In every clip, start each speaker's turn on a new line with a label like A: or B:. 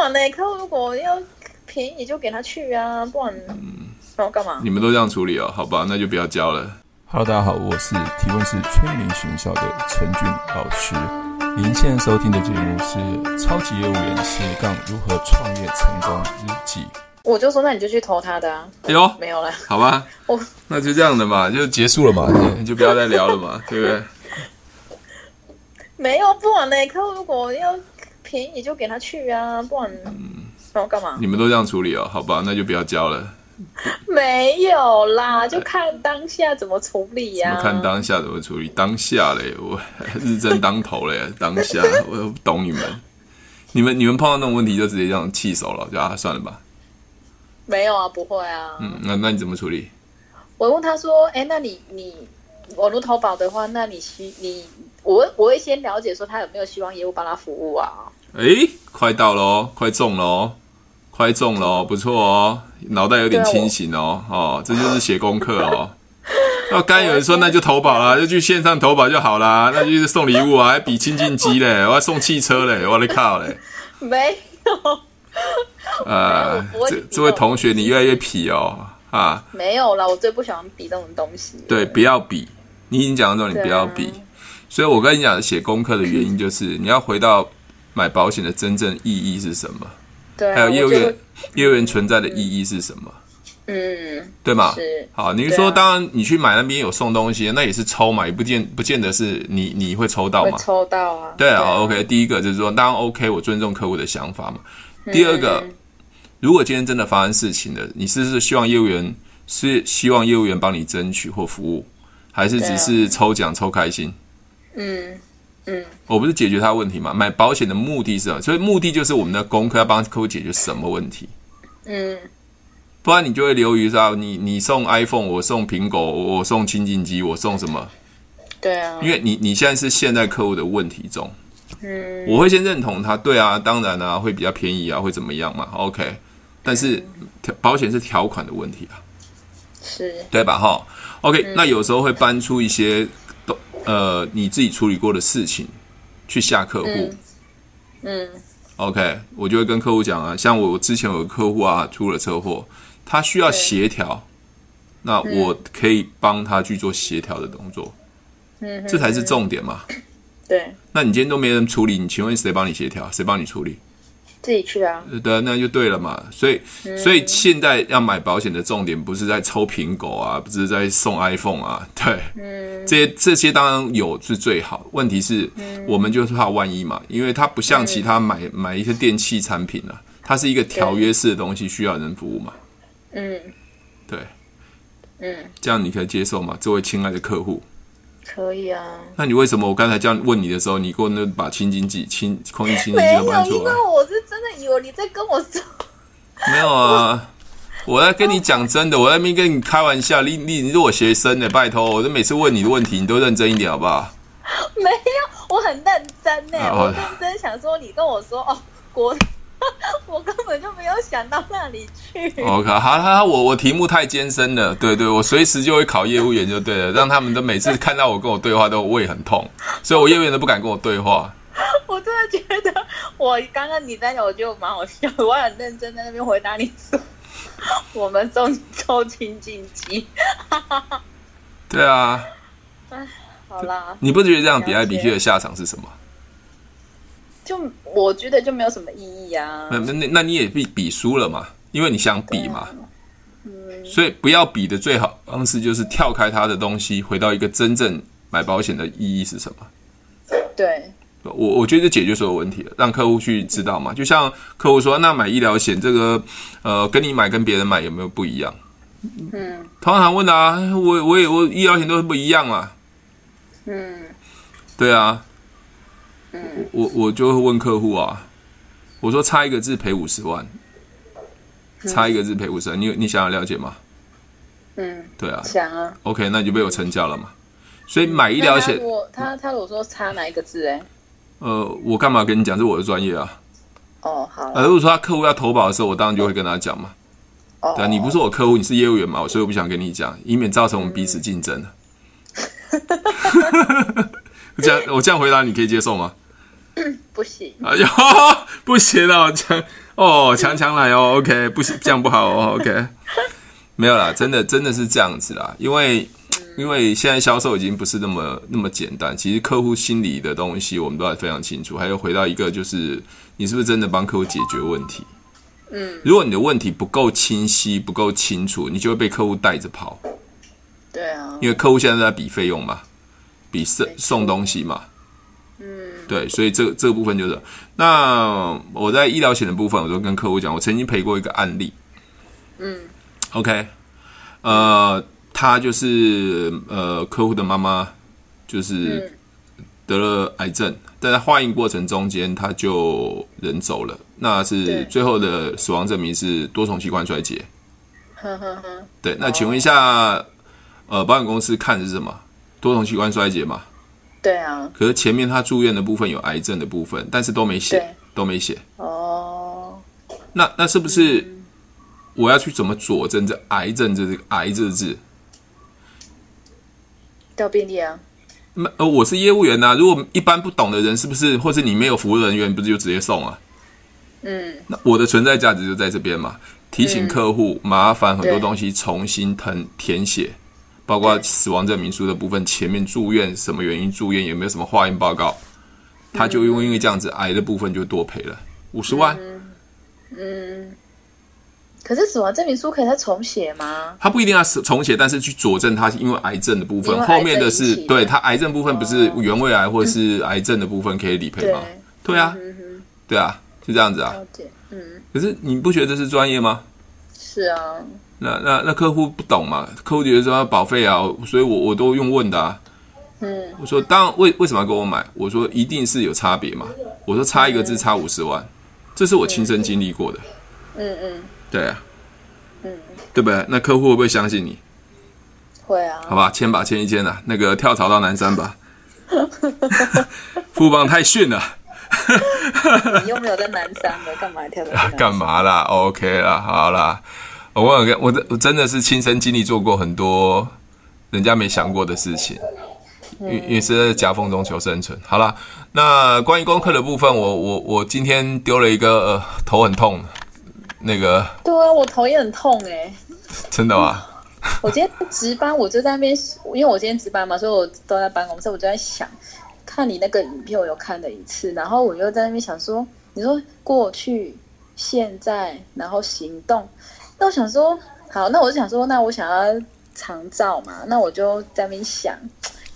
A: 然呢，客户如果要便宜就给他去啊，不然然后干嘛？
B: 你们都这样处理哦，好吧，那就不要教了。
C: Hello，大家好，我是提问是催眠学校的陈俊老师。您现在收听的节目是《超级业务员斜杠如何创业成功日记》。
A: 我就说那你就去投他的啊，
B: 哎呦，
A: 没有啦，
B: 好吧
A: 我，
B: 那就这样的嘛，就结束 了嘛，就不要再聊了嘛，对不对？
A: 没有，不然呢，客户如果要便宜就给他去啊，不然然后干嘛？
B: 你们都这样处理哦，好吧，那就不要教了。
A: 没有啦，就看当下怎么处理啊
B: 我
A: 呀、
B: 们看当下怎么处理，当下嘞，我 日正当头嘞，当下我又不懂你们，你们你们碰到那种问题就直接这样弃手了，就啊算了吧，
A: 没有啊，不会啊。
B: 嗯，那那你怎么处理？
A: 我问他说：“哎，那你你网络投保的话，那你希你我会我会先了解说他有没有希望业务帮他服务啊？
B: 诶，快到喽，快中喽，快中喽，不错哦，脑袋有点清醒哦，
A: 啊
B: 哦，这就是写功课哦。那刚才有人说那就投保啦，就去线上投保就好啦，那就是送礼物啊，还比亲近机嘞，我还送汽车嘞，我的靠嘞，
A: 没有，
B: 呃
A: 没有我，不会
B: 这
A: 比较
B: 这位同学你越来越痞哦，啊。
A: 没有啦，我最不喜欢比这种东西。
B: 对，不要比。你已经讲到这里，
A: 对啊
B: 不要比。所以我跟你讲，写功课的原因就是你要回到买保险的真正意义是什么，
A: 对啊，
B: 还有业务
A: 我
B: 员
A: 就
B: 业务员存在的意义是什么，
A: 嗯，
B: 对吗？
A: 是
B: 好，你是
A: 对啊
B: 说，当然你去买那边有送东西，那也是抽嘛，也不见不见得是你你会抽到
A: 会
B: 嘛。
A: 抽到啊。
B: 对啊，OK，第一个就是说，当然 OK，我尊重客户的想法嘛。
A: 嗯
B: 第二个，如果今天真的发生事情了，你是不是希望业务员是希望业务员帮你争取或服务，还是
A: 对
B: 只
A: 啊
B: 是抽奖抽开心？
A: 嗯嗯，
B: 我不是解决他问题嘛？买保险的目的是什么？所以目的就是我们的功课要帮客户解决什么问题，
A: 嗯，
B: 不然你就会流于说啊你你送 iPhone，我送苹果，我我送清净机，我送什么？
A: 对啊，
B: 因为你你现在是陷在客户的问题中。
A: 嗯
B: 我会先认同他，对啊，当然啊，会比较便宜啊，会怎么样嘛？OK，但是条保险是条款的问题啊，
A: 是
B: 对吧？哈，OK，、那有时候会搬出一些都呃你自己处理过的事情去吓客户。
A: 嗯嗯
B: OK，我就会跟客户讲啊，像我我之前有个客户啊出了车祸，他需要协调，那我可以帮他去做协调的动作，
A: 嗯哼，
B: 这才是重点嘛。
A: 对
B: 那你今天都没人处理，你请问谁帮你协调？谁帮你处理？
A: 自己去啊。
B: 对，那就对了嘛。所以，所以现在要买保险的重点不是在抽苹果啊，不是在送 iPhone 啊， 对，
A: 嗯
B: 这些这些当然有是最好。问题是，我们就是怕万一嘛，因为它不像其他买买一些电器产品啊，它是一个条约式的东西，需要人服务嘛，
A: 嗯
B: 对，
A: 嗯，
B: 这样你可以接受吗？这位亲爱的客户，
A: 可以啊。
B: 那你为什么我刚才这样问你的时候，你给我那把清经济、清空气清净
A: 没
B: 机
A: 有，
B: 都搬出
A: 因
B: 来
A: 为？我是真的以为你在跟我说。
B: 没有啊，我在跟你讲真的，我在那边跟你开玩笑。你你你是我学生的，拜托，我就每次问你的问题，你都认真一点好不好？
A: 没有，我很认真呢，
B: 啊
A: 我认真想说，你跟我说哦，国， 我根本就没有想到那里去。
B: 我靠，哦好好好，我我题目太艰深了，对对，我随时就会考业务员就对了，让他们都每次看到我跟我对话都胃很痛，所以我业务员都不敢跟我对话。
A: 我真的觉得，我刚刚你在讲，我觉得蛮好笑，我很认真在那边回答你说， 我们送 你抽清净机。
B: 对啊，
A: 好啦，
B: 你不觉得这样比来比去的下场是什么？
A: 就我觉得就没有什么意义啊
B: 那。那那那你也比比输了嘛，因为你想比嘛。
A: 嗯
B: 所以不要比的最好方式就是跳开他的东西，回到一个真正买保险的意义是什么。
A: 对，
B: 我我觉得解决所有问题了，让客户去知道嘛。就像客户说，那买医疗险这个，呃，跟你买跟别人买有没有不一样？
A: 嗯
B: 通常问啊，我我也我医疗险都是不一样嘛。
A: 嗯
B: 对啊，
A: 嗯
B: 我我就会问客户啊，我说差一个字赔五十万，差一个字赔五十万，你你想要了解吗？
A: 嗯，
B: 对啊
A: 想啊。
B: ，OK，那你就被我成交了嘛。所以买医疗险
A: 那他，啊我他他我说差哪一个字、哎，
B: 呃，我干嘛跟你讲？这是我的专业啊。
A: 哦，好
B: 呃，
A: 了，
B: 如果说他客户要投保的时候，我当然就会跟他讲嘛。
A: 哦，
B: 对啊，你不是我客户，你是业务员嘛，所以我不想跟你讲，以免造成我们彼此竞争。啊 这样我这样回答你可以接受吗？
A: 不行。
B: 哎呦，不行啊，我这样哦，强强来哦，OK，不行，这样不好哦，OK，没有啦，真的真的是这样子啦，因为因为现在销售已经不是那么那么简单，其实客户心理的东西我们都还非常清楚，还有回到一个就是你是不是真的帮客户解决问题？
A: 嗯，
B: 如果你的问题不够清晰、不够清楚，你就会被客户带着跑，
A: 对啊，
B: 因为客户现在都在比费用嘛，比送
A: 错
B: 送东西嘛，
A: 嗯
B: 对，所以这这个部分就是，那我在医疗险的部分，我都跟客户讲，我曾经陪过一个案例
A: 嗯
B: ，OK，呃，他就是呃客户的妈妈就是
A: 嗯
B: 得了癌症，但在化验过程中间他就人走了，那是
A: 对
B: 最后的死亡证明是多重器官衰竭。
A: 呵呵呵，
B: 对，那请问一下，呃，保险公司看的是什么？多重器官衰竭嘛？
A: 对啊，
B: 可是前面他住院的部分有癌症的部分，但是都没写
A: 对，
B: 都没写。
A: 哦，
B: 那那是不是我要去怎么佐证这癌症这这个癌这个字？
A: 到便利啊，
B: 那呃，我是业务员呐、如果一般不懂的人，是不是或是你没有服务人员，不是就直接送啊？
A: 嗯，
B: 那我的存在价值就在这边嘛，提醒客户、麻烦很多
A: 对
B: 东西重新填填写，包括
A: 对
B: 死亡证明书的部分，前面住院什么原因住院，有没有什么化验报告，他
A: 嗯
B: 就因为因为这样子，癌的部分就多赔了五十万。
A: 可是死亡证明书可以再重写吗？
B: 他不一定要重写，但是去佐证他是因为癌症的部分
A: 因，为
B: 后面的
A: 癌
B: 是
A: 症引起的哦
B: 对他癌症部分不是原位癌或者是癌症的部分可以理赔
A: 对
B: 吗？，对啊，对啊，就这样子啊。
A: 了解，嗯，
B: 可是你不觉得这是专业吗？
A: 是啊，
B: 那那那客户不懂嘛，客户觉得说要保费啊，所以我我都用问的啊。
A: 嗯，
B: 我说当然为为什么要跟我买？我说一定是有差别嘛。我说差一个字差五十万，这是我亲身经历过的。
A: 嗯嗯，
B: 对啊，
A: 嗯，
B: 对不对？那客户会不会相信你？
A: 会啊，
B: 好吧，签吧，签一签啊，那个跳槽到南 山吧。富邦太逊了，
A: 你又没有在南山的，干嘛跳到南
B: 干嘛啦？OK 啦，好啦，我有个我我真的是亲身经历做过很多人家没想过的事情，因为因为是在夹缝中求生存。好啦，那关于功课的部分，我我我今天丢了一个、呃、头很痛，那个
A: 对啊，我头也很痛哎、
B: 真的吗？
A: 嗯我今天值班，我就在那边，因为我今天值班嘛，所以我都在办公室，我就在想，看你那个影片，我有看了一次，然后我又在那边想说，你说过去、现在，然后行动，那我想说，好，那我就想说，那我想要长照嘛，那我就在那边想，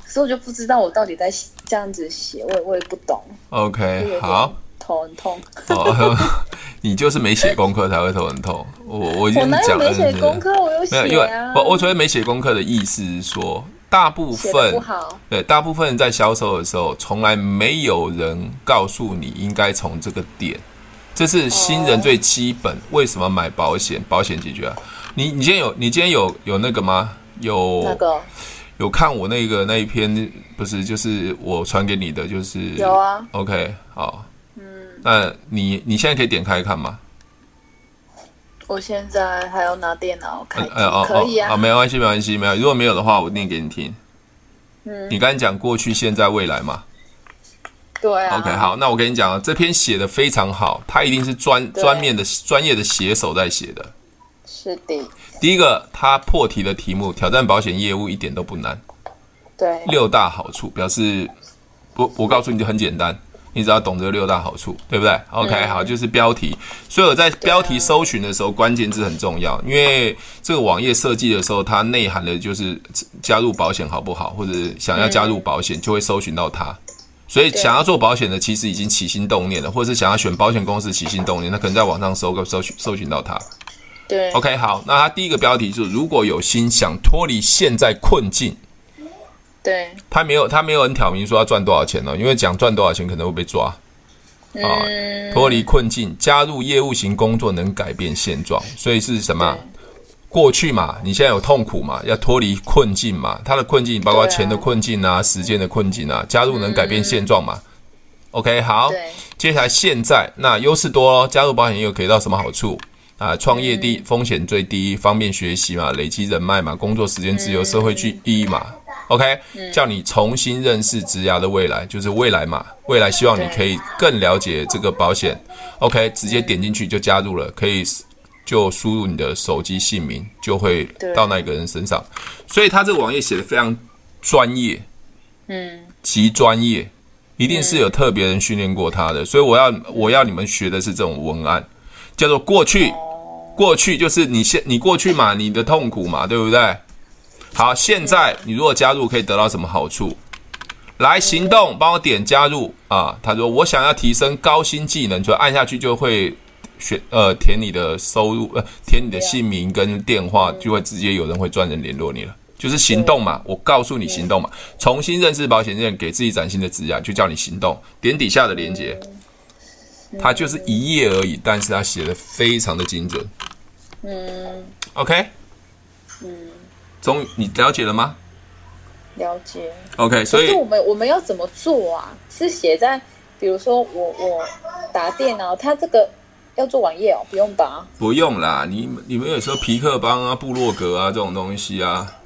A: 可是我就不知道我到底在这样子写，我也我也不懂，就有
B: OK，
A: 点
B: 哎好，
A: 头很痛，
B: 哦， 你就是没写功课才会头很痛。我我已
A: 我
B: 经
A: 哪有
B: 讲了
A: 没写
B: 很多
A: 功课，我有
B: 没有，因
A: 写
B: 为
A: 啊，
B: 我我所谓没写功课的意思是说，大部
A: 写的
B: 分
A: 不好，
B: 对大部分人在销售的时候，从来没有人告诉你应该从这个点，这是新人最基本。为什么买保险？保险解决、啊。你你今天有你今天有有那个吗？有、
A: 那个
B: 有看我那个那一篇不是就是我传给你的，就是
A: 有啊。
B: OK，好，嗯，那你你现在可以点开看吗？
A: 我现在还要拿电脑开机，
B: 呃哦
A: 可
B: 哦
A: 以啊。
B: 哦，没关系没关系，没有。如果没有的话，我念给你听。
A: 嗯
B: 你刚才讲过去、现在、未来嘛
A: 对啊。
B: ？OK，好，那我跟你讲啊，这篇写的非常好，他一定是专
A: 对
B: 专面的专业的写手在写的。
A: 是的，
B: 第一个，他破题的题目，挑战保险业务一点都不难，
A: 对，
B: 六大好处，表示我我告诉你就很简单，你只要懂这六大好处，对不对？OK，、好，就是标题。所以我在标题搜寻的时候，关键字很重要，因为这个网页设计的时候，它内涵的就是加入保险好不好，或者想要加入保险就会搜寻到它。所以想要做保险的，其实已经起心动念了，或者是想要选保险公司起心动念，那可能在网上搜个搜寻搜寻到它。
A: 对
B: OK，好，那它第一个标题就是如果有心想脱离现在困境，
A: 对，
B: 他没有，他没有很挑明说要赚多少钱哦，因为讲赚多少钱可能会被抓啊。
A: 嗯，
B: 脱离困境，加入业务型工作能改变现状，所以是什么啊？过去嘛，你现在有痛苦嘛，要脱离困境嘛。他的困境包括
A: 对啊嗯
B: 钱的困境啊、时间的困境啊，加入能改变现状嘛。OK，好，
A: 对，
B: 接下来现在那优势多哦，加入保险业务可以到什么好处？啊，创业低，风险最低，方便学习嘛，累积人脉嘛，工作时间自由，社会意义嘛， OK，叫你重新认识职涯的未来，就是未来嘛，未来希望你可以更了解这个保险。OK，直接点进去就加入了，可以就输入你的手机姓名，就会
A: 对
B: 到那个人身上。所以他这个网页写的非常专业，
A: 嗯，
B: 极专业，一定是有特别人训练过他的。所以我要我要你们学的是这种文案，叫做过去，
A: 哦
B: 过去就是你现你过去嘛，你的痛苦嘛，对不对？好，现在你如果加入可以得到什么好处？来行动，帮我点加入啊！他说我想要提升高薪技能，就按下去就会选呃填你的收入呃填你的姓名跟电话，
A: 嗯
B: 就会直接有人会专人联络你了。就是行动嘛，我告诉你行动嘛，重新认识保险业，给自己崭新的指甲，就叫你行动。点底下的连接，
A: 嗯
B: 它就是一页而已，但是它写的非常的精准。嗯，OK，嗯，终于你了解了吗
A: 了解。
B: ？OK，所以
A: 可是我们我们要怎么做啊？是写在，比如说我我打电脑，它这个要做网页哦，不用吧？
B: 不用啦，你你们有时候皮克邦啊、部落格啊这种东西啊，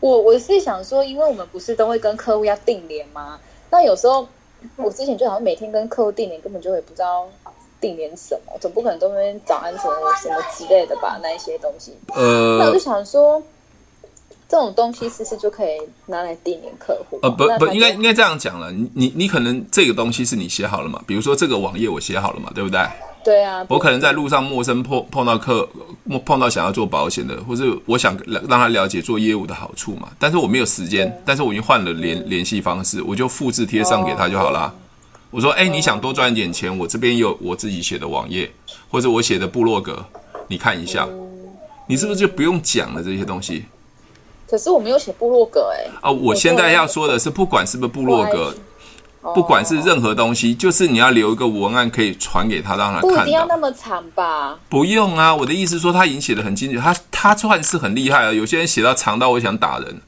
A: 我我是想说，因为我们不是都会跟客户要定联吗？那有时候我之前就好像每天跟客户定联，根本就也不知道定联什么，总不可能都在那边早安什么什么之类的吧？那一些东西，那我
B: 呃
A: 就想说，这种东西是不是就可以拿来定联客户？
B: 呃，不
A: 那
B: 不，
A: 它
B: 应该
A: 就
B: 应该这样讲了，你你你可能这个东西是你写好了嘛，比如说这个网页我写好了嘛，对不对？
A: 对啊，
B: 我可能在路上陌生碰碰到客，碰碰到想要做保险的，或是我想了让他了解做业务的好处嘛，但是我没有时间，但是我已经换了联联系方式，我就复制贴上给他就好
A: 哦
B: 啦。我说，哎、
A: 嗯
B: 你想多赚一点钱，我这边有我自己写的网页，或者我写的部落格，你看一下，你是不是就不用讲了这些东西
A: 可是我没有写部落格哎、
B: 啊？我现在要说的是，不管是不是部落格，
A: 哦
B: 不管是任何东西，就是你要留一个文案可以传给他，让他
A: 不一
B: 看
A: 定要
B: 到。
A: 那么长吧？
B: 不用啊，我的意思说他已经写的很精准，他他算是很厉害啊了。有些人写到长到我想打人，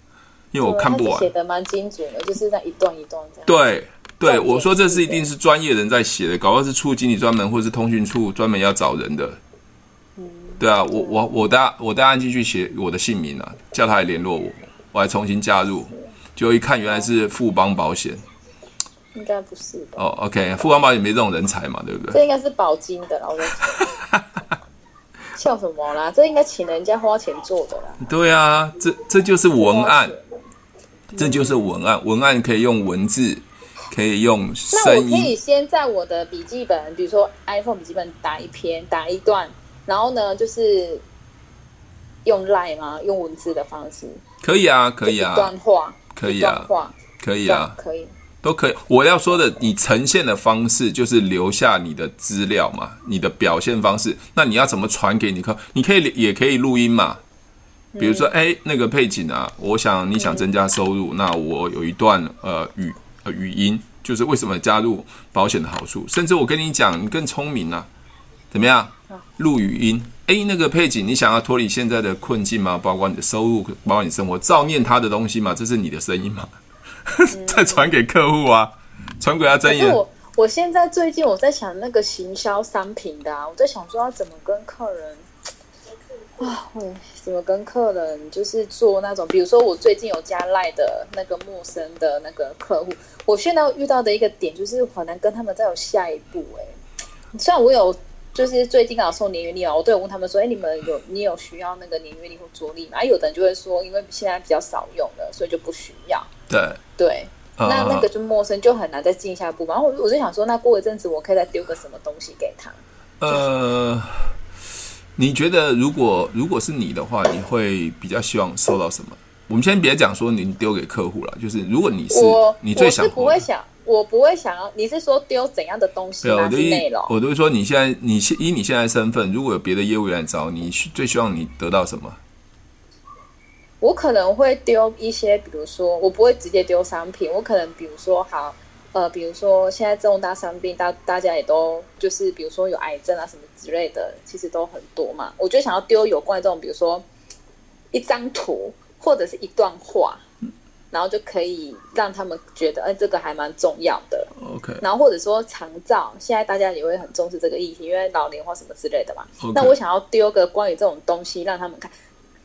B: 因为我看
A: 对
B: 不
A: 它啊
B: 完
A: 是。写的蛮精准的，就是在一段一段这样。
B: 对对，
A: 重点
B: 我说这是
A: 是
B: 一定是专业人在写的，搞不好是处经理专门或是通讯处专门要找人的。
A: 嗯
B: 对啊，我我我带我带按进去写我的姓名啊，叫他来联络我，我还重新加入，就一看原来是富邦保险
A: 应该不是吧？
B: 哦，OK，富邦保险没这种人才嘛，对不对？
A: 这应该是保金的啦，我在想。 笑什么啦？这应该请人家花钱做的啦。
B: 对啊，这这就是文案
A: 花，钱
B: 这就是文案，文案可以用文字，可以用
A: 那我
B: 声
A: 可以
B: 音，
A: 先在我的笔记本，比如说 iPhone 笔记本打一篇，打一段，然后呢，就是用 Line 吗？用文字的方式，
B: 可以啊，可以
A: 一
B: 啊
A: 段，话，
B: 可
A: 一
B: 以
A: 段
B: 啊，
A: 话，
B: 可以
A: 这样
B: 啊，
A: 可以。
B: 都可以。我要说的，你呈现的方式就是留下你的资料嘛，你的表现方式。那你要怎么传给你客？你可以也可以录音嘛。比如说，
A: 嗯
B: 哎、那个佩锦啊，我想你想增加收入，那我有一段呃语呃语音，就是为什么加入保险的好处。甚至我跟你讲，你更聪明啊，怎么样？
A: 哦
B: 录语音。哎，那个佩锦，你想要脱离现在的困境吗？包括你的收入，包括你生活，照念他的东西嘛，这是你的声音嘛， 再传给客户啊，传给
A: 嗯
B: 他
A: 可
B: 真
A: 是
B: 言。
A: 我我现在最近我在想那个行销商品的啊，我在想说要怎么跟客人 啊，我怎么跟客人就是做那种，比如说我最近有加赖的那个陌生的那个客户，我现在遇到的一个点就是很难跟他们再有下一步哎、虽然我有。就是最近刚好送年月历啊，我都有问他们说，哎、你们有你有需要那个年月历或桌历吗？啊，有的人就会说，因为现在比较少用了，所以就不需要。
B: 对，
A: 对，
B: 呃
A: 那那个就陌生，就很难再进一下步嘛。然后我就我就想说，那过一阵子我可以再丢个什么东西给他。
B: 呃，你觉得如果如果是你的话，你会比较希望收到什么？我们先别讲说你丢给客户了，就是如果你是
A: 我
B: 你最
A: 我
B: 想
A: 是不会想，我不会想要。你是说丢怎样的东西
B: 对
A: 吗？
B: 啊，我
A: 还是
B: 的
A: 内
B: 意
A: 容，？
B: 我都是说你现在你现以你现在身份，如果有别的业务员来找你，需最希望你得到什么？
A: 我可能会丢一些，比如说我不会直接丢商品，我可能比如说好，呃，比如说现在这种大伤病，大大家也都就是比如说有癌症啊什么之类的，其实都很多嘛。我就想要丢有关于这种，比如说一张图或者是一段话，然后就可以让他们觉得，哎、这个还蛮重要的。
B: OK，
A: 然后或者说长照，现在大家也会很重视这个议题，因为老龄化什么之类的嘛。
B: OK
A: 那我想要丢个关于这种东西让他们看，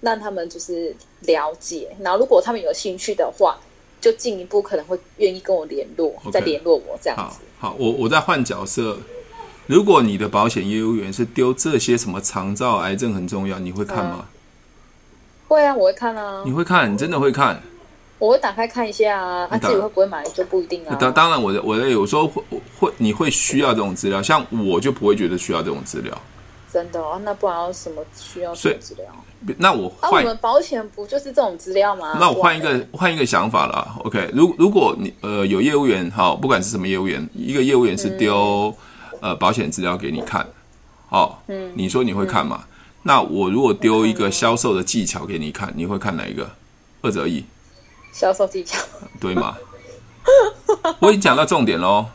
A: 让他们就是了解，然后如果他们有兴趣的话，就进一步可能会愿意跟我联络
B: OK
A: 再联络我这样
B: 好
A: 子。
B: 好，我我再换角色。如果你的保险业务员是丢这些什么肠照、癌症很重要，你会看吗？
A: 会啊，我会看啊
B: 你，会看，你真的会看。
A: 我会打开看一下啊，啊
B: 你打
A: 自己会不会买就不一定啊。
B: 当当然我的，我的有时候会会你会需要这种资料，像我就不会觉得需要这种资料。
A: 真的哦，那不然要什么需要什
B: 所以
A: 么资料？
B: 那我啊
A: 啊，我
B: 换
A: 们保险不就是这种资料吗？
B: 那我换一
A: 哇
B: 个换一个想法啦。OK，如如果你呃有业务员，好，不管是什么业务员，一个业务员是丢、呃保险资料给你看，好，嗯，你说你会看吗？那我如果丢一个销售的技巧给你看，你会看哪一个？二择一，
A: 销售技巧。
B: 对吗？ 我已经讲到重点喽。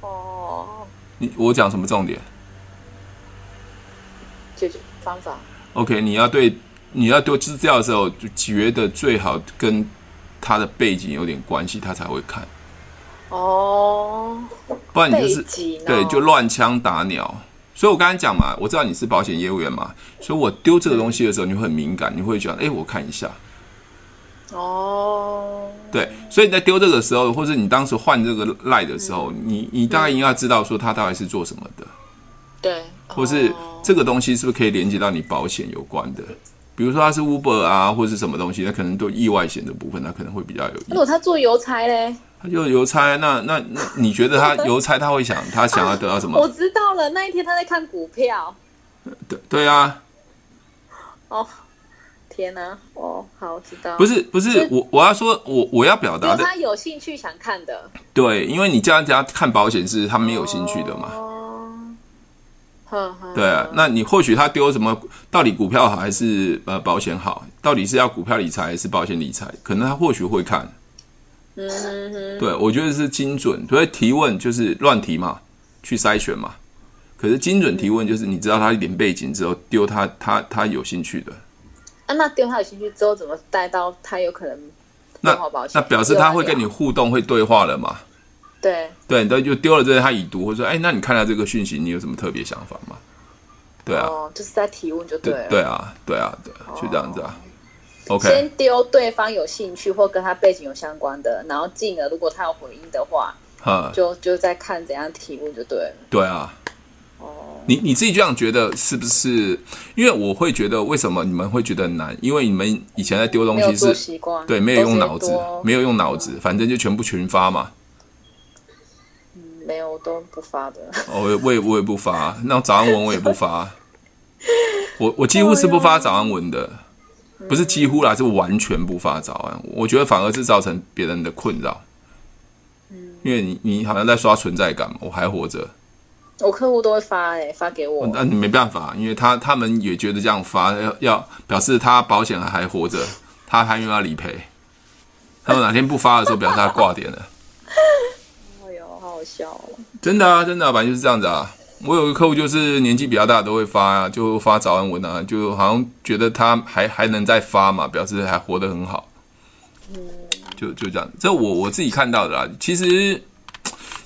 A: 哦，
B: 你我讲什么重点
A: 解决方法。
B: ？OK，你要对你要丢资料的时候，就觉得最好跟他的背景有点关系，他才会看，
A: 哦，
B: 不然你就是
A: 背景哦
B: 对，就乱枪打鸟。所以我刚才讲嘛，我知道你是保险业务员嘛，所以我丢这个东西的时候，你会很敏感，你会觉得，哎，我看一下。
A: 哦，
B: 对，所以你在丢这个时候，或者你当时换这个赖的时候，你你大概应该要知道说他大概是做什么的，
A: 对，
B: 或是
A: 哦
B: 这个东西是不是可以连接到你保险有关的。比如说他是 Uber 啊，或是什么东西，那可能对意外险的部分，那可能会比较有意
A: 如果他做邮差嘞，
B: 他就邮差，那那那你觉得他邮差他会想他想要得到什
A: 我
B: 么？
A: 知道了。那一天他在看股票，
B: 对对啊，
A: 哦，天哪、哦，好，我知道。
B: 不，是不是
A: 是，
B: 我我要说，我我要表达
A: 就
B: 的，
A: 他有兴趣想看的，
B: 对，因为你叫人家看保险是他没有兴趣的嘛，
A: 哦，呵呵，
B: 对啊，那你或许他丢什么，到底股票好还是呃保险好？到底是要股票理财还是保险理财？可能他或许会看，
A: 嗯哼哼，
B: 对我觉得是精准，所以提问就是乱提嘛，去筛选嘛。可是精准提问就是你知道他一点背景之后，丢他他他有兴趣的，
A: 啊，那丢他有兴趣之后，怎么带到他有可能
B: 那
A: 做好保险
B: 那表示他会跟你互动，会对话了嘛？
A: 对啊
B: 对，那就丢了这个他已读，或者说，哎，那你看到这个讯息，你有什么特别想法吗？对啊，
A: 哦，就是在提问就对
B: 对
A: 了。
B: 对啊，对啊，对啊，就这样子啊。OK，
A: 先丢对方有兴趣或跟他背景有相关的，然后进而如果他有回应的话，
B: 哈，
A: 就就再看怎样提问就对了。
B: 对啊。
A: 哦
B: 你你自己这样觉得是不是？因为我会觉得，为什么你们会觉得很难？因为你们以前在丢东
A: 没有
B: 西
A: 做
B: 是
A: 习惯，
B: 对，没有用脑
A: 都
B: 子
A: 是多，
B: 没有用脑子，反正就全部群发嘛。
A: 没有都不发的。
B: 哦，我也我也我也不发，那早安文我也不发，我我几乎是不发早安文的，不是几乎啦，是完全不发早安。我觉得反而是造成别人的困扰，因为你你好像在刷存在感嘛，我还活着，
A: 我客户都会发哎、发给我，
B: 那你没办法，因为他他们也觉得这样发要要表示他保险还活着，他还有要理赔，他们哪天不发的时候，表示他挂点了。
A: 哎呦，好好笑哦。
B: 真的啊，真的、啊，反正就是这样子啊。我有个客户就是年纪比较大，都会发啊，就发早安文啊，就好像觉得他还还能再发嘛，表示还活得很好。就就这样，这我我自己看到的啦。其实，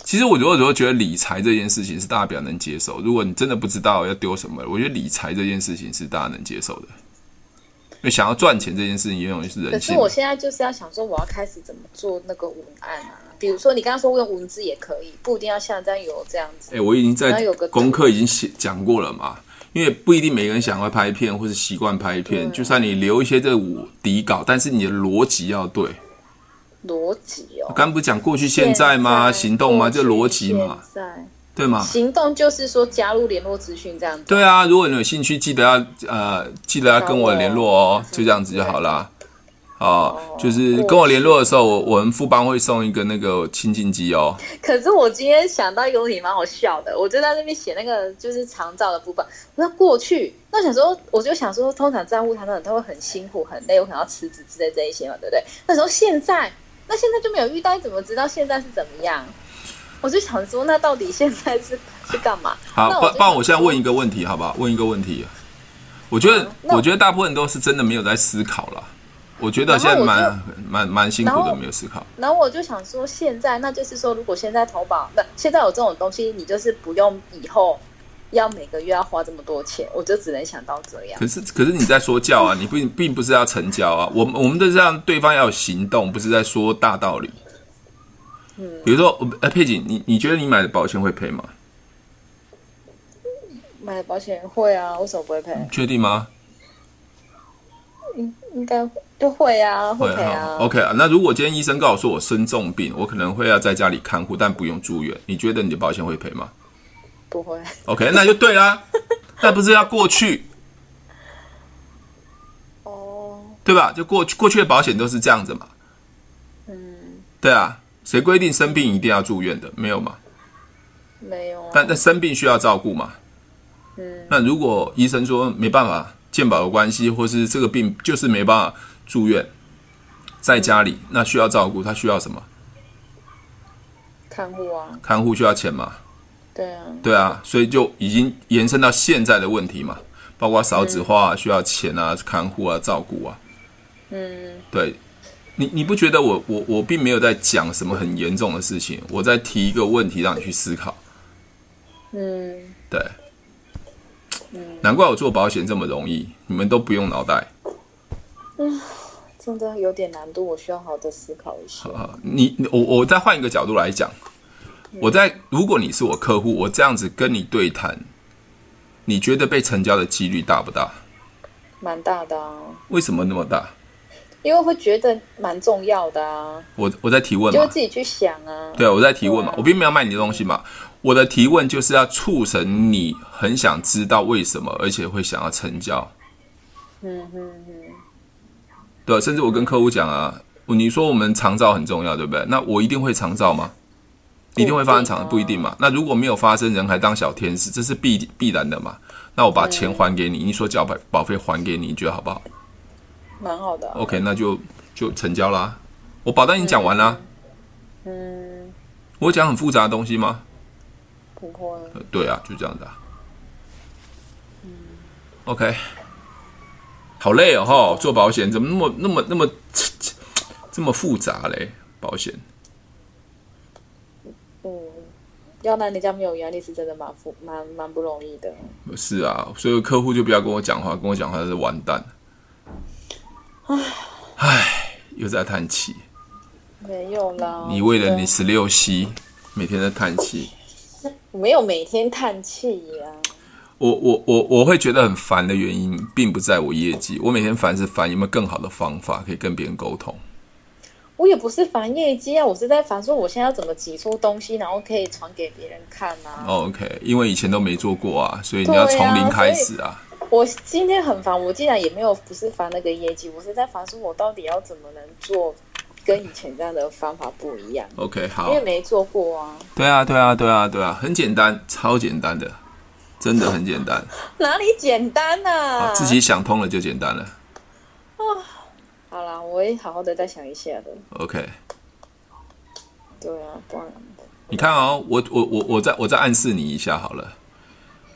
B: 其实我有时候觉得理财这件事情是大家比较能接受。如果你真的不知道要丢什么，我觉得理财这件事情是大家能接受的。因为想要赚钱这件事情，永远是
A: 可
B: 人
A: 是
B: 性。
A: 我现在就是要想说，我要开始怎么做那个文案啊？比如说你刚刚说用文字也可以，不一定要像这样有这样子
B: 哎、。我已经在
A: 然后有个
B: 功课已经写讲过了嘛，因为不一定每个人想要拍片或是习惯拍片，就算你留一些这个五底稿，但是你的逻辑要对。
A: 逻辑哦。
B: 刚不是讲过去、现在吗？行动吗？
A: 过去
B: 这逻辑嘛，
A: 现在
B: 对吗？
A: 行动就是说加入联络资讯这样子。
B: 对啊，如果你有兴趣，记得要呃，记得要跟我联络哦，就这样子就好啦。哦，就是跟我联络的时候，我我们副帮会送一个那个清净机哦。
A: 可是我今天想到一个问题蛮好笑的，我就在那边写那个就是长照的部分。那过去，那想说，我就想说，通常照顾他的人他会很辛苦、很累，有可能要辞职之类这一些嘛，对不对？那时候现在，那现在就没有遇到，怎么知道现在是怎么 样？我就想说，那到底现在是 是干嘛？
B: 好，
A: 那
B: 不
A: 我就
B: 不然我现在问一个问题，好不好？问一个问题，我觉得
A: 那
B: 我觉得大部分都是真的没有在思考了。我觉得
A: 然后
B: 现在
A: 我
B: 蛮蛮蛮辛苦
A: 然
B: 的，
A: 后
B: 没有思考。
A: 然后我就想说，现在那就是说，如果现在投保，那现在有这种东西，你就是不用以后要每个月要花这么多钱，我就只能想到这样。
B: 可是可是你在说教啊，你并并不是要成交啊，我们我们都是让对方要有行动，不是在说大道理。嗯，比如说，呃，佩锦，你你觉得你买的保险会赔吗？
A: 买保险会啊，为什么不会赔？
B: 确定吗？
A: 应应该就会啊，会赔
B: 啊
A: 啊。
B: ，OK 啊。那如果今天医生告诉我生重病，我可能会要在家里看护，但不用住院，你觉得你的保险会赔吗
A: 不会，
B: ？OK，那就对啦， 那不是要过去
A: 哦，
B: 对吧？就过去过去的保险都是这样子嘛。嗯，对啊，谁规定生病一定要住院的？没有嘛。
A: 没有啊，
B: 但但生病需要照顾嘛。嗯，那如果医生说没办法，健保有关系，或是这个病就是没办法住院，在家里那需要照顾，他需要什么？
A: 看护啊，
B: 看护需要钱嘛？
A: 对啊，
B: 对啊，所以就已经延伸到现在的问题嘛，包括少子化、啊、需要钱啊、看护啊、照顾啊。
A: 嗯，
B: 对，你你不觉得我我我并没有在讲什么很严重的事情，我在提一个问题让你去思考。
A: 嗯，
B: 对，难怪我做保险这么容易，你们都不用脑袋。
A: 真的有点难度，我需要好好的思考一下。
B: 啊，你你我我再换一个角度来讲，
A: 嗯
B: 我在如果你是我客户，我这样子跟你对谈，你觉得被成交的几率大不大？
A: 蛮大的啊，
B: 为什么那么大？
A: 因为会觉得蛮重要的啊，
B: 我我在提问
A: 就会
B: 嘛，
A: 自己去想啊。
B: 对，我在提问嘛
A: 对啊，
B: 我并没有卖你的东西嘛，我的提问就是要促成你很想知道为什么，而且会想要成交。
A: 嗯嗯嗯，
B: 对，啊甚至我跟客户讲啊，你说我们长照很重要，对不对？那我一定会长照吗？一定会发生长，
A: 不
B: 不
A: 一
B: 一
A: 定啊
B: 定嘛。那如果没有发生，人还当小天使，这是必必然的嘛。那我把钱还给你，
A: 嗯
B: 你所缴保保费还给你，你觉得好不好
A: 蛮好的啊、
B: ？OK，那就就成交啦。我保单已经讲完啦，
A: 嗯，
B: 我讲很复杂的东西吗？
A: 不会，
B: 呃对啊，就这样的、啊。OK，好累哦哈，做保险怎么那么那么那么这么复杂嘞？保险。
A: 嗯，要让人家没有压力是真的蛮不蛮蛮不容易的。
B: 是啊，所以客户就不要跟我讲话，跟我讲话就是完蛋。唉，又在叹气。
A: 没有啦，
B: 你为了你
A: 真的
B: 十六息，每天在叹气。
A: 我没有每天叹气啊呀、
B: 我我我我会觉得很烦的原因，并不在我业绩，我每天烦是烦有没有更好的方法可以跟别人沟通。
A: 我也不是烦业绩啊，我是在烦说我现在要怎么挤出东西，然后可以传给别人看啊。
B: 哦 OK，因为以前都没做过啊，所以你要
A: 对啊
B: 从零开始啊。
A: 我今天很烦，我竟然也没有不是烦那个业绩，我是在烦说我到底要怎么能做跟以前这样的方法不一样，
B: OK，
A: 因
B: 好
A: 为，没做过啊，
B: 对啊，对啊，对啊，对啊，很简单，超简单的，真的很简单，
A: 哪里简单呐、
B: 啊自己想通了就简单了。
A: 好啦，我会好好的再想一下的。
B: OK。
A: 对啊，不然
B: 你看哦，我我我我再我再暗示你一下好了。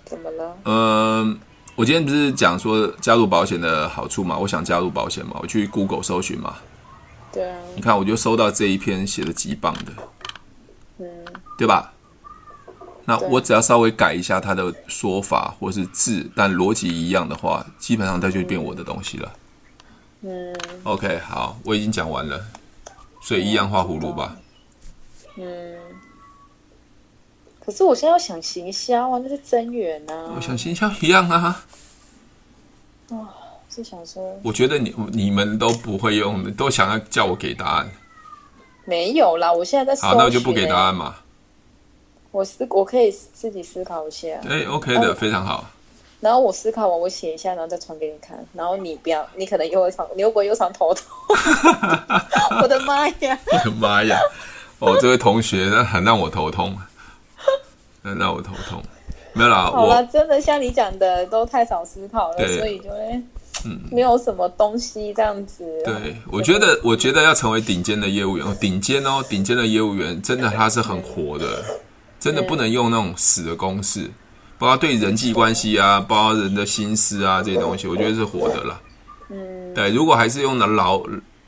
A: 怎么了？
B: 嗯，我今天不是讲说加入保险的好处嘛？我想加入保险嘛，我去 Google 搜寻嘛。
A: 对啊，
B: 你看，我就搜到这一篇写的极棒的，
A: 嗯，
B: 对吧？那
A: 对
B: 我只要稍微改一下他的说法或是字，但逻辑一样的话，基本上它就变我的东西了。
A: 嗯
B: OK，好，我已经讲完了，所以一样画葫芦吧。
A: 嗯。可是我现在要想行销啊，那是增援啊
B: 我。想行销一样啊。
A: 是想说
B: 我觉得你你们都不会用，都想要叫我给答案。
A: 没有啦，我现在在搜、欸
B: 好，啊那我就不给答案。
A: 哦
B: 嘛。
A: 我思我可以自己思考一下，
B: 哎，OK 的，
A: 哦
B: 非常好。
A: 然后我思考完我写一下，然后再传给你看。然后你不要，你可能又会传，你又不会又传头 痛？我的妈呀！
B: 我的 妈呀！哦，这位同学那很让我头痛，很让我头痛。没有啦，
A: 好了，
B: 我
A: 真的像你讲的，都太少思考了，
B: 对嗯
A: 所以就会没有什么东西这样子。
B: 对我觉得，我觉得要成为顶尖的业务员，哦顶尖哦，顶尖的业务员真的他是很活的，真的不能用那种死的公式，包括对人际关系啊，包括人的心思啊这些东西，我觉得是活的啦。嗯，对，如果还是用的劳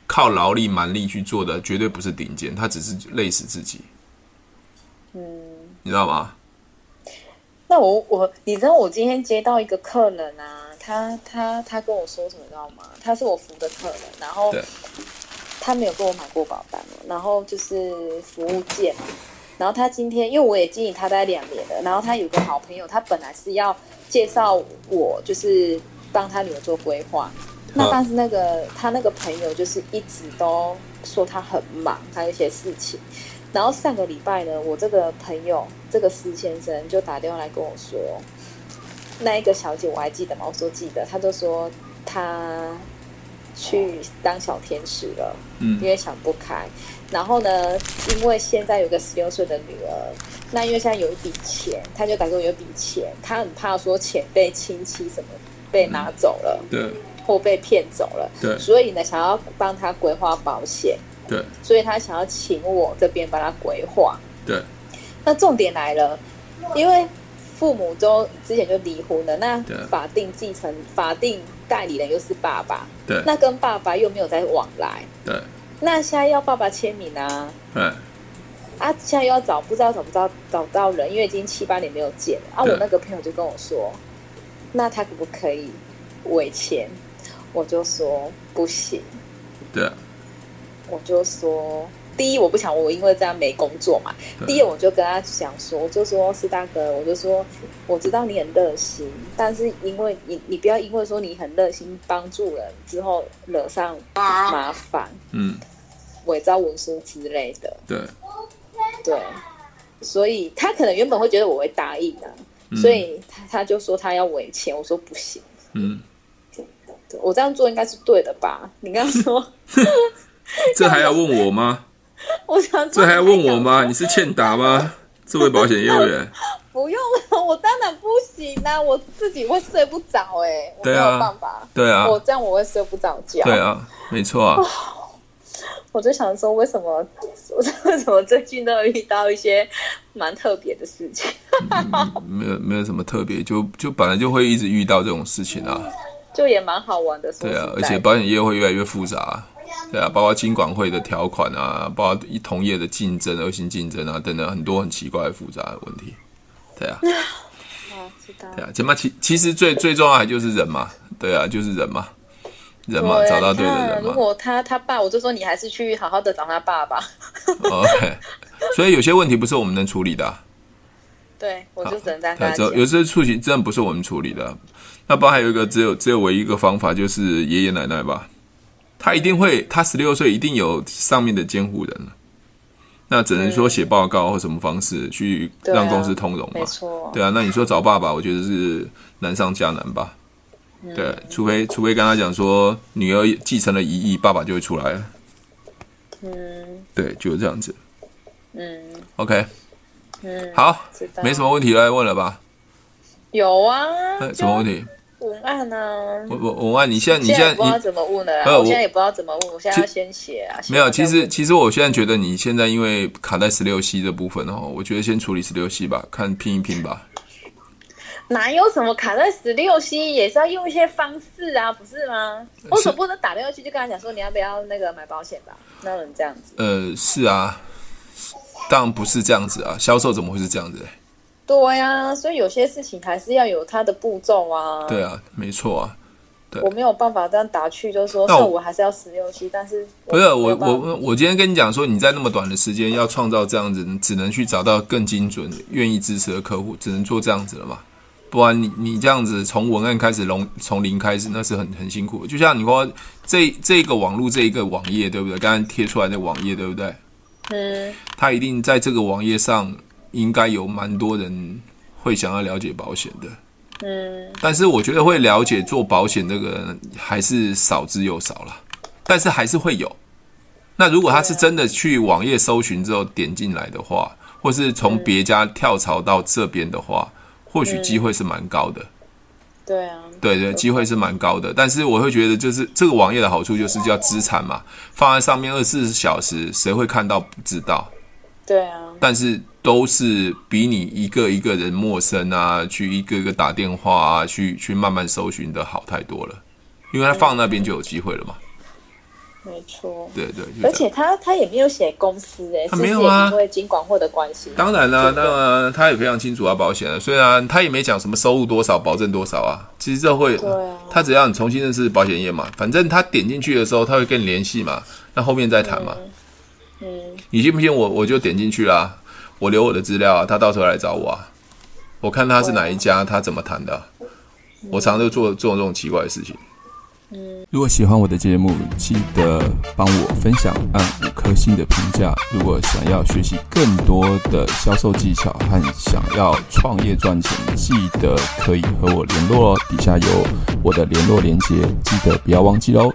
B: 靠劳力蛮力去做的，绝对不是顶尖，他只是累死自己。嗯，你知道吗？
A: 那我我，你知道我今天接到一个客人啊，他他他跟我说什么，你知道吗？他是我服务的客人，然后
C: 对
A: 他没有跟我买过保单嘛，然后就是服务件嘛，然后他今天因为我也经营他大概两年了，然后他有个好朋友，他本来是要介绍我，就是帮他女儿做规划，那
C: 嗯
A: 但是那个他那个朋友就是一直都说他很忙，还有一些事情。然后上个礼拜呢，我这个朋友这个施先生就打电话来跟我说，那一个小姐我还记得吗？我说记得，他就说他去当小天使了，
B: 嗯
A: 因为想不开。然后呢，因为现在有个十六岁的女儿，那因为现在有一笔钱，他就打给我有一笔钱，他很怕说钱被亲戚什么被拿走了。
B: 对
A: 或被骗走了，
B: 嗯对
A: 所以呢，想要帮他规划保险，
B: 对
A: 所以他想要请我这边帮他规划。
B: 对
A: 那重点来了，因为父母都之前就离婚了，那
B: 对
A: 法定继承、法定代理人又是爸爸，
B: 对
A: 那跟爸爸又没有在往来，
B: 对，
A: 那现在要爸爸签名啊，
B: 哎，
A: 啊，现在又要找不知道找不到找不到人，因为已经七八年没有见了。啊，
B: 对
A: 我那个朋友就跟我说，那他可不可以尾签？我就说不行，
B: 对
A: 我就说，第一我不想我因为这样没工作嘛。
B: 对
A: 第一我就跟他讲说，我就说是大哥，我就说我知道你很热心，但是因为你你不要因为说你很热心帮助人之后惹上麻烦，
B: 嗯
A: 伪造文书之类的。
B: 对
A: 对，所以他可能原本会觉得我会答应啊，所以他他就说他要我钱，我说不行，
B: 嗯，
A: 对我这样做应该是对的吧？你刚刚说，
B: 这还要问我吗？
A: 我想说哎
B: 这还要问我吗？你是欠打吗？这位保险业务员，
A: 不用了，我当然不行啦、我自己会睡不着哎、我没
B: 对
A: 有
B: 啊
A: 办法，
B: 对啊
A: 我这样我会睡不着觉，
B: 对啊，没错啊，
A: 我就想说为什么 为什么最近都遇到一些蛮特别的事情，
B: 没有没有什么特别，就就本来就会一直遇到这种事情啊，
A: 就也蛮好玩的，说
B: 对
A: 实在
B: 啊，
A: 的
B: 而且保险业会越来越复杂啊、对啊，包括金管会的条款啊，包括同业的竞争、恶性竞争啊等等，很多很奇怪复杂的问题，对啊。
A: 啊，知道
B: 对啊，起码其其实最最重要还就是人嘛，对啊，就是人嘛，人嘛，
A: 对啊
B: 找到对
A: 你
B: 的
A: 看
B: 人
A: 如
B: 嘛。
A: 果他他爸，我就说你还是去好好的找他爸吧。
B: 哦 OK，所以有些问题不是我们能处理 的、啊，
A: 对，我就只能这样
B: 对
A: 跟
B: 啊，
A: 他
B: 这
A: 讲。
B: 有些事情真的不是我们处理的啊。那包含还有一个只有只有唯一一个方法就是爷爷奶奶吧，他一定会，他十六岁一定有上面的监护人了。那只能说写报告或什么方式去
A: 对啊
B: 让公司通融嘛
A: 没。错，
B: 对啊，那你说找爸爸，我觉得是难上加难吧。对，除非除非跟他讲说女儿继承了一亿，爸爸就会出来了。
A: 嗯
B: 对，就是这样子。
A: 嗯
B: OK，
A: 嗯，
B: 好
A: 知道，
B: 没什么问题来问了吧？
A: 有啊
B: 哎，什么问题？
A: 就文案呢？
B: 我我我问你现在你
A: 现
B: 现
A: 在
B: 在
A: 也不知道
B: 你
A: 怎么问了
B: 没
A: 啊，
B: 有
A: 我现
B: 我
A: 在也不知道怎么问，我现在要先写啊。
B: 没有，
A: 先
B: 其
A: 再问
B: 实其实我现在觉得你现在因为卡在十六 C 的部分哦，我觉得先处理十六 C 吧，看拼一拼吧。
A: 哪有什么卡在十六 C 也是要用一些方式啊，不是吗？我总不能打电话去就跟他讲说你要不要那个买保险吧？那能这样子？
B: 呃，是啊，当然不是这样子啊，销售怎么会是这样子嘞？
A: 对呀，所以有些事情还是要有它的步骤啊。
B: 对啊，没错啊。
A: 我没有办法这样打去，就是说，
B: 那
A: 那
B: 我
A: 我还是要十六期，但是
B: 不是
A: 没
B: 我
A: 有办法
B: 我我今天跟你讲说，你在那么短的时间要创造这样子，只能去找到更精准、愿意支持的客户，只能做这样子了嘛。不然你你这样子从文案开始，从从零开始，那是很很辛苦的。就像你说这这个网络这一个网页，对不对？刚才贴出来的网页，对不对？
A: 嗯
B: 它一定在这个网页上应该有蛮多人会想要了解保险的。
A: 嗯
B: 但是我觉得会了解做保险这个人还是少之又少了，但是还是会有。那如果他是真的去网页搜寻之后点进来的话，或是从别家跳槽到这边的话，或许机会是蛮高的。
A: 对啊，
B: 对对，机会是蛮高的。但是我会觉得，就是这个网页的好处就是叫资产嘛，放在上面二十四小时，谁会看到不知道。
A: 对啊，
B: 但是都是比你一个一个人陌生啊，去一个一个打电话啊，去去慢慢搜寻的好太多了，因为他放那边就有机会了嘛。
A: 没错。
B: 对对，就这样
A: 而且他他也没有写公司哎、
B: 他
A: 是
B: 没
A: 不是
B: 有啊
A: 也因为金管会的关系，
B: 当然啦、
A: 对不对
B: 当然他也非常清楚啊，保险啊，虽然他也没讲什么收入多少，保证多少啊，其实这会，
A: 对啊
B: 他只要你重新认识保险业嘛，反正他点进去的时候他会跟你联系嘛，那后面再谈嘛。
A: 嗯，
B: 你信不信我我就点进去啦、我留我的资料啊，他到时候来找我啊，我看他
A: 啊
B: 是哪一家，他怎么谈的啊、我常常就做做这种奇怪的事情。
C: 如果喜欢我的节目，记得帮我分享，按五颗星的评价。如果想要学习更多的销售技巧和想要创业赚钱，记得可以和我联络哦。底下有我的联络连接，记得不要忘记喽。